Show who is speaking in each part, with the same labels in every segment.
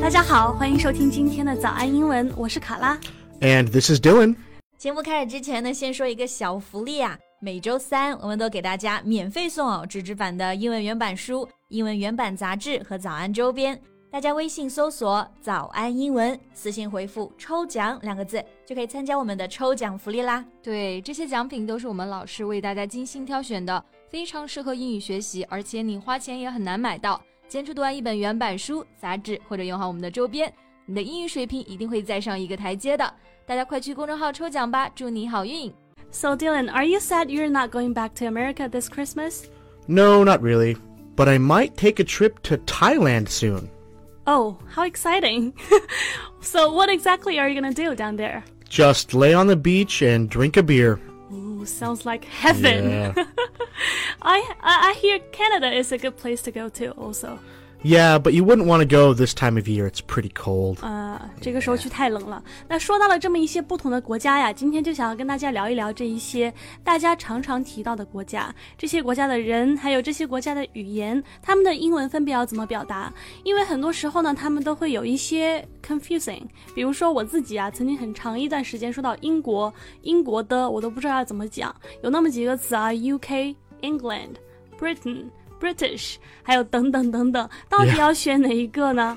Speaker 1: 大家好，欢迎收听今天的早安英文，我是卡拉。
Speaker 2: And this is Dylan.
Speaker 3: 节目开始之前呢，先说一个小福利啊！每周三我们都给大家免费送哦纸质版的英文原版书、英文原版杂志和早安周边。大家微信搜索“早安英文”，私信回复“抽奖”两个字，就可以参加我们的抽奖福利啦！
Speaker 4: 对，这些奖品都是我们老师为大家精心挑选的，非常适合英语学习，而且你花钱也很难买到。坚持读完一本原版书、杂志，或者用好我们的周边，你的英语水平一定会再上一个台阶的。大家快去公众号抽奖吧，祝你好运！
Speaker 1: So Dylan, are you sad you're not going back to America this Christmas?
Speaker 2: No, not really. But I might take a trip to Thailand soon.
Speaker 1: Oh, how exciting! so what exactly are you gonna do down there?
Speaker 2: Just lay on the beach and drink a beer.
Speaker 1: Ooh, sounds like heaven.
Speaker 2: Yeah.
Speaker 1: I, I I hear Canada is a good place to go to. Also,
Speaker 2: Yeah, but you wouldn't want to go this time of year. It's pretty cold.
Speaker 1: 啊，这个时候去太冷了。那说到了这么一些不同的国家呀，今天就想要跟大家聊一聊这一些大家常常提到的国家，这些国家的人，还有这些国家的语言，他们的英文分别要怎么表达？因为很多时候呢，他们都会有一些 confusing。比如说我自己啊，曾经很长一段时间说到英国，英国的我都不知道要怎么讲，有那么几个词啊，UK、England、Britain、British，还有等等等等，到底
Speaker 2: Yeah
Speaker 1: 要选哪一个呢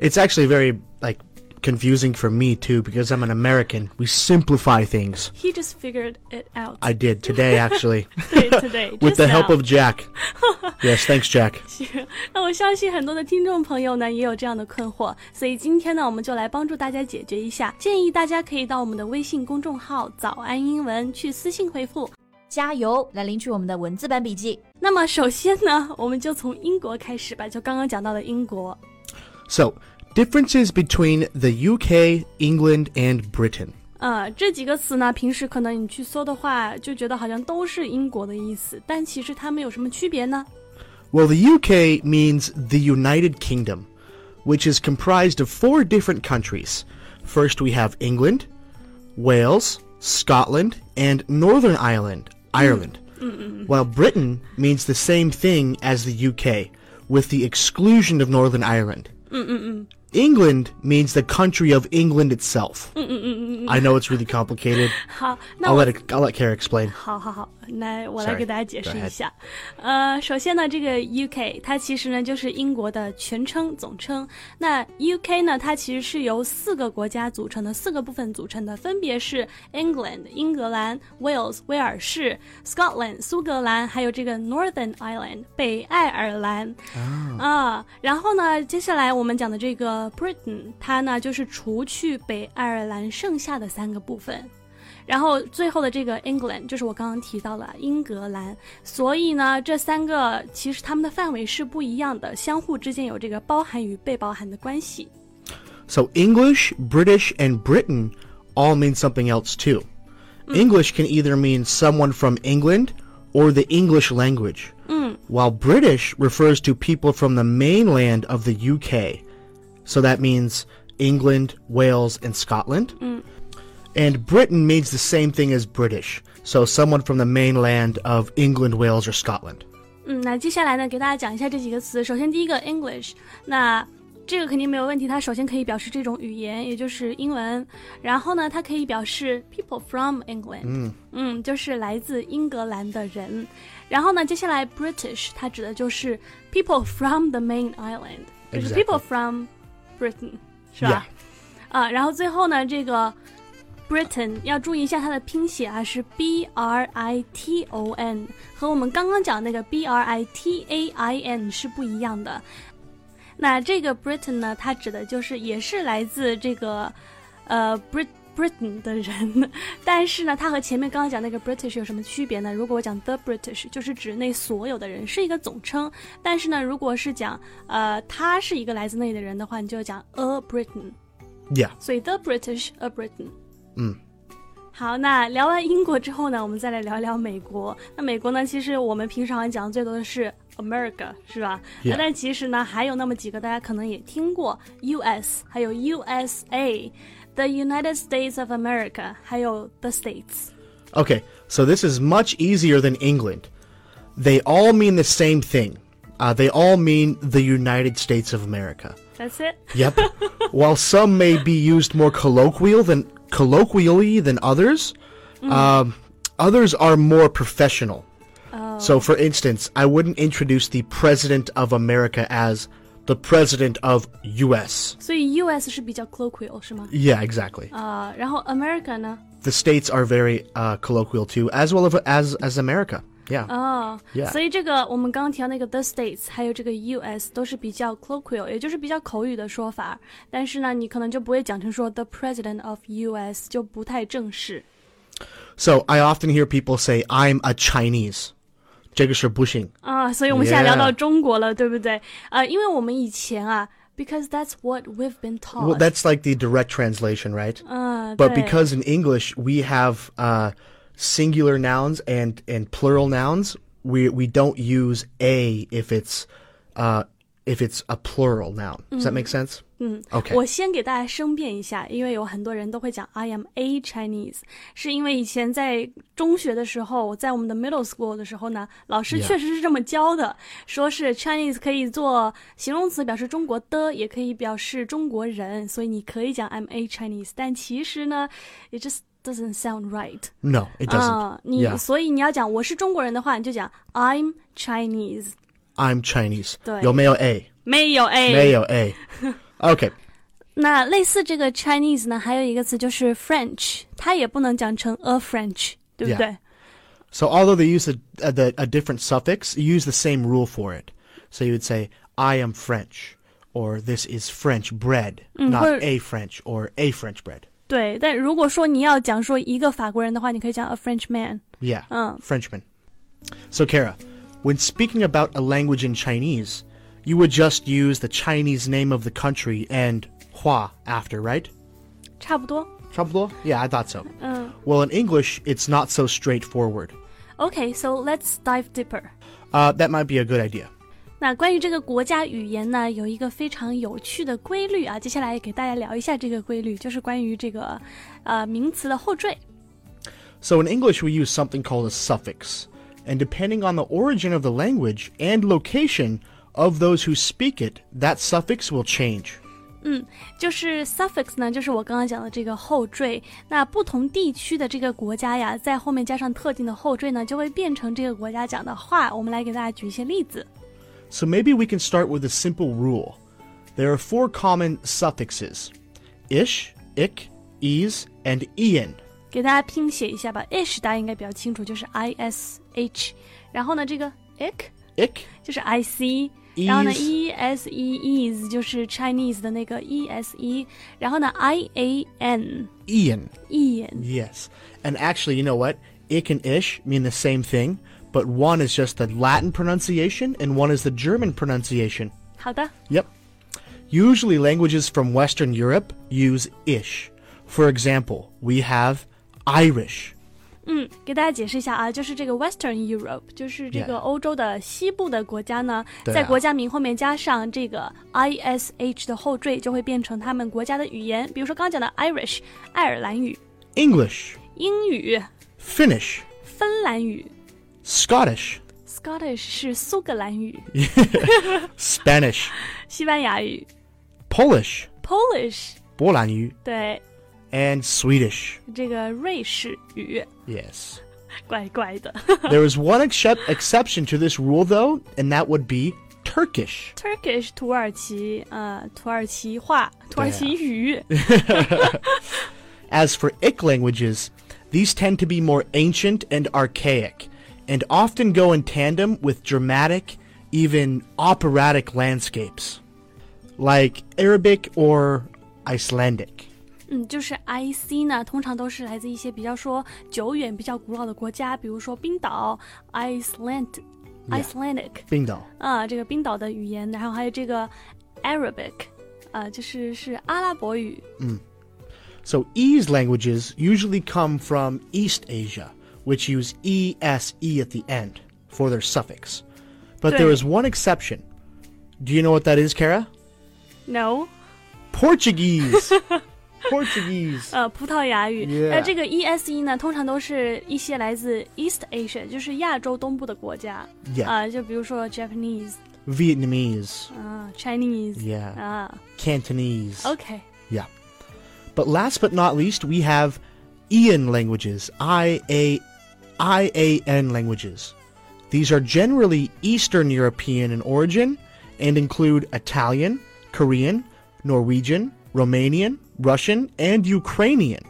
Speaker 2: It's actually very like confusing for me too because I'm an American. We simplify things.
Speaker 1: He just figured it out.
Speaker 2: I did today actually
Speaker 1: 对，today 啊
Speaker 2: with
Speaker 1: just
Speaker 2: the help
Speaker 1: now.
Speaker 2: of Jack. yes, thanks Jack.
Speaker 1: 那我相信很多的听众朋友呢也有这样的困惑，所以今天呢我们就来帮助大家解决一下。建议大家可以到我们的微信公众号“早安英文”去私信回复。
Speaker 3: 加油，来领取我们的文字版笔记。
Speaker 1: 那么首先呢，我们就从英国开始吧，就刚刚讲到的英国。
Speaker 2: So, differences between the UK, England, and Britain.
Speaker 1: 呃，这几个词呢，平时可能你去搜的话，就觉得好像都是英国的意思，但其实它们有什么区别呢？
Speaker 2: Well, the UK means the United Kingdom, which is comprised of four different countries. First, we have England, Wales, Scotland, and Northern Ireland, Ireland. While Britain means the same thing as the UK, with the exclusion of Northern Ireland. England means the country of England itself. I know it's really complicated.
Speaker 1: 好，那
Speaker 2: I'll
Speaker 1: 我
Speaker 2: let it, I'll let Kara explain.
Speaker 1: 好好好，那我来
Speaker 2: Sorry,
Speaker 1: 给大家解
Speaker 2: go
Speaker 1: 释一
Speaker 2: ahead.
Speaker 1: 下。呃，首先呢，这个 UK 它其实呢就是英国的全称总称。那 UK 呢，它其实是由四个国家组成的，四个部分组成的，分别是 England 英格兰、Wales 威尔士、Scotland 苏格兰，还有这个 Northern Ireland 北爱尔兰。啊，然后呢，接下来我们讲的这个 Britain，它呢就是除去北爱尔兰剩下的三个部分。然后最后的这个 England 就是我刚刚提到了英格兰，所以呢，这三个其实它们的范围是不一样的，相互之间有这个包含与被包含的关系。
Speaker 2: So English, British, and Britain all mean something else too. English can either mean someone from England or the English language, while British refers to people from the mainland of the UK. So that means England, Wales, and Scotland. And Britain means the same thing as British, so someone from the mainland of England, Wales, or Scotland.
Speaker 1: 嗯，那接下来呢，给大家讲一下这几个词。首先，第一个 English，那这个肯定没有问题，它首先可以表示这种语言，也就是英文。然后呢，它可以表示 people from England，嗯就是来自英格兰的人。然后呢，接下来 British，它指的就是 people from the main island，就是
Speaker 2: Exactly.
Speaker 1: people from Britain，是吧
Speaker 2: Yeah.
Speaker 1: 啊，然后最后呢，这个 Britain 要注意一下它的拼写啊，是 B R I T O N，和我们刚刚讲那个 B R I T A I N 是不一样的。那这个 Britain 呢，它指的就是也是来自这个呃 Brit。Britain 的人， 但是呢，它和前面刚刚讲那个 British 有什么区别呢？如果我讲 the British，就是指那所有的人，是一个总称。但是呢，如果是讲呃他是一个来自那里的人的话，你就讲 a Britain。
Speaker 2: Yeah.
Speaker 1: 所以 The British a Britain。嗯。好，那聊完英国之后呢，我们再来聊一聊美国。那美国呢，其实我们平常讲的最多的是 America，是吧
Speaker 2: Yeah
Speaker 1: 那但其实呢，还有那么几个大家可能也听过 U.S，还有 U.S.A，The United States of America，还有 The States。
Speaker 2: Okay, so this is much easier than England. They all mean the same thing. Uh, they all mean the United States of America.
Speaker 1: That's it.
Speaker 2: Yep. While some may be used more colloquial than colloquially than others, um, others are more professional. So, for instance, I wouldn't introduce the president of America as the president of U.S.
Speaker 1: 所以 U.S. 是比较 colloquial 是吗？
Speaker 2: Yeah, exactly.
Speaker 1: 啊、然后 America 呢？
Speaker 2: The states are very uh, colloquial too, as well as as America. Yeah.
Speaker 1: 哦
Speaker 2: Yeah
Speaker 1: 所以这个我们刚刚提到那个 the states，还有这个 U.S. 都是比较 colloquial，也就是比较口语的说法。但是呢，你可能就不会讲成说 the president of U.S. 就不太正式。
Speaker 2: So I often hear people say, "I'm a Chinese." 这个是不行。
Speaker 1: 啊，所以我们现在聊
Speaker 2: Yeah.
Speaker 1: 到中国了对不对？呃，因为我们以前啊，because that's what we've been taught。
Speaker 2: Well, that's like the direct translation, right?
Speaker 1: 嗯，
Speaker 2: But
Speaker 1: 对
Speaker 2: because in English we have uh, singular nouns and and plural nouns, we we don't use a if it's uh, if it's a plural noun. Does
Speaker 1: Mm-hmm.
Speaker 2: that make sense? Okay.
Speaker 1: 我先给大家申辩一下，因为有很多人都会讲 I am a Chinese，是因为以前在中学的时候，在我们的 middle school 的时候呢，老师
Speaker 2: Yeah.
Speaker 1: 确实是这么教的说是 Chinese 可以做形容词表示中国的，也可以表示中国人，所以你可以讲 I'm a Chinese，但其实呢，it just doesn't sound right。
Speaker 2: No, it doesn't.
Speaker 1: 啊，uh, 你
Speaker 2: Yeah.
Speaker 1: 所以你要讲我是中国人的话，你就讲 I'm Chinese，
Speaker 2: I'm Chinese.
Speaker 1: 对。
Speaker 2: 有没有 a?
Speaker 1: 没有 a，
Speaker 2: 没有 a. Okay.
Speaker 1: 那类似这个 Chinese 呢，还有一个词就是 French，它也不能讲成 a French，对不
Speaker 2: Yeah.
Speaker 1: 对
Speaker 2: So although they use a, a, the, a different suffix, you use the same rule for it. So you would say, I am French, or this is French bread,
Speaker 1: or-
Speaker 2: not a French, or a French bread.
Speaker 1: 对，但如果说你要讲说一个法国人的话，你可以讲 a French man。
Speaker 2: Yeah,
Speaker 1: Oh.
Speaker 2: Frenchman. So, Kara, when speaking about a language in Chinese, you would just use the Chinese name of the country and Hua after, right?
Speaker 1: 差不多。
Speaker 2: Trouble? Yeah, I thought so. Well, in English, it's not so straightforward.
Speaker 1: OK，so、let's dive deeper。
Speaker 2: Uh, that might be a good idea.
Speaker 1: 那关于这个国家语言呢，有一个非常有趣的规律啊，接下来给大家聊一下这个规律，就是关于这个呃名词的后缀。
Speaker 2: So in English, we use something called a suffix. And depending on the origin of the language and location of those who speak it, that suffix will change.
Speaker 1: 就是 suffix 呢，就是我刚刚讲的这个后缀。那不同地区的这个国家呀，在后面加上特定的后缀呢，就会变成这个国家讲的话。我们来给大家举一些例子。
Speaker 2: So maybe we can start with a simple rule. There are four common suffixes ish, ick, ease, and ian.
Speaker 1: 给大家拼写一下吧，ish 大家应该比较清楚，就是 i s h。然后呢，这个 ick
Speaker 2: Ick,
Speaker 1: 就是 i c，然后呢
Speaker 2: Ease
Speaker 1: e s e is 就是 Chinese 的那个 e s e，然后呢 i a n
Speaker 2: ian.
Speaker 1: e n。
Speaker 2: Yes. And actually, you know what? Ick and ish mean the same thing, but one is just the Latin pronunciation and one is the German pronunciation.
Speaker 1: 好的，
Speaker 2: Yep. Usually, languages from Western Europe use ish. For example, we have Irish.
Speaker 1: 嗯，给大家解释一下啊，就是这个 Western Europe，就是这个
Speaker 2: Yeah.
Speaker 1: 欧洲的西部的国家呢
Speaker 2: 对啊
Speaker 1: 在国家名后面加上这个 i s h 的后缀，就会变成他们国家的语言。比如说刚刚讲的 Irish，爱尔兰语、
Speaker 2: English,
Speaker 1: 英语、
Speaker 2: Finnish,
Speaker 1: 芬兰语
Speaker 2: Scottish,
Speaker 1: ，Scottish 是苏格兰语、
Speaker 2: Spanish,
Speaker 1: 西班牙语
Speaker 2: Polish,
Speaker 1: ，Polish，
Speaker 2: Bolanyu,
Speaker 1: 对，
Speaker 2: and Swedish.
Speaker 1: 这个瑞士语，
Speaker 2: Yes.
Speaker 1: 怪怪的
Speaker 2: there is one excep exception to this rule, though, and that would be Turkish.
Speaker 1: ，Turkish 土耳其，呃，土耳其话、土耳
Speaker 2: 啊
Speaker 1: 其语。
Speaker 2: As for Ick languages, these tend to be more ancient and archaic, and often go in tandem with dramatic, even operatic landscapes, like Arabic or Icelandic.
Speaker 1: 嗯，就是 I C 呢，通常都是来自一些比较说久远、比较古老的国家，比如说冰岛 （Iceland）、
Speaker 2: Yeah.
Speaker 1: Icelandic，
Speaker 2: Bingo.
Speaker 1: 啊、这个冰岛的语言，然后还有这个 Arabic，啊、就是是阿拉伯语。
Speaker 2: So E's languages usually come from East Asia, which use ESE at the end for their suffix. But there
Speaker 1: Right.
Speaker 2: is one exception. Do you know what that is, Kara?
Speaker 1: No，
Speaker 2: Portuguese. Portuguese.
Speaker 1: 呃，葡萄牙语。
Speaker 2: Yeah.
Speaker 1: 那这个 E S E 呢，通常都是一些来自 East Asia，就是亚洲东部的国家。啊
Speaker 2: Yeah.
Speaker 1: 就比如说 Japanese，
Speaker 2: Vietnamese,
Speaker 1: 啊，Chinese
Speaker 2: yeah,
Speaker 1: 啊
Speaker 2: Cantonese.
Speaker 1: ，OK，
Speaker 2: But last but not least, we have Ian languages, I A I A N languages. These are generally Eastern European in origin and include Italian, Korean, Norwegian, Romanian, Russian, and Ukrainian.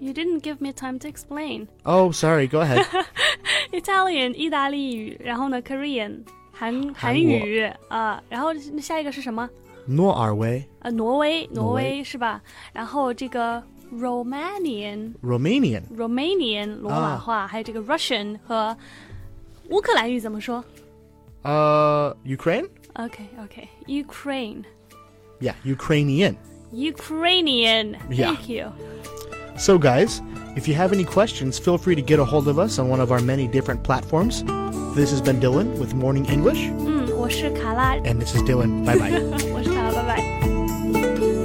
Speaker 1: You didn't give me time to explain.
Speaker 2: Oh, sorry, go ahead.
Speaker 1: Italian 意大利语，然后呢，Korean 韩
Speaker 2: 韩
Speaker 1: 韩语啊，然后下一个是什么？
Speaker 2: Norway,
Speaker 1: 呃，挪威，挪
Speaker 2: 挪威
Speaker 1: 威是吧？然后这个 Romanian
Speaker 2: Romanian. 啊
Speaker 1: Romanian 罗马话，还有这个 Russian 和乌克兰语怎么说
Speaker 2: Uh, Ukraine?
Speaker 1: ？OK OK Ukraine
Speaker 2: Yeah, Ukrainian.
Speaker 1: Ukrainian
Speaker 2: Yeah.
Speaker 1: Thank you
Speaker 2: So, guys, if you have any questions, feel free to get a hold of us on one of our many different platforms. This has been Dylan with Morning English,
Speaker 1: 嗯，我是卡拉，
Speaker 2: and this is Dylan. Bye bye.
Speaker 1: 我是卡拉，拜拜。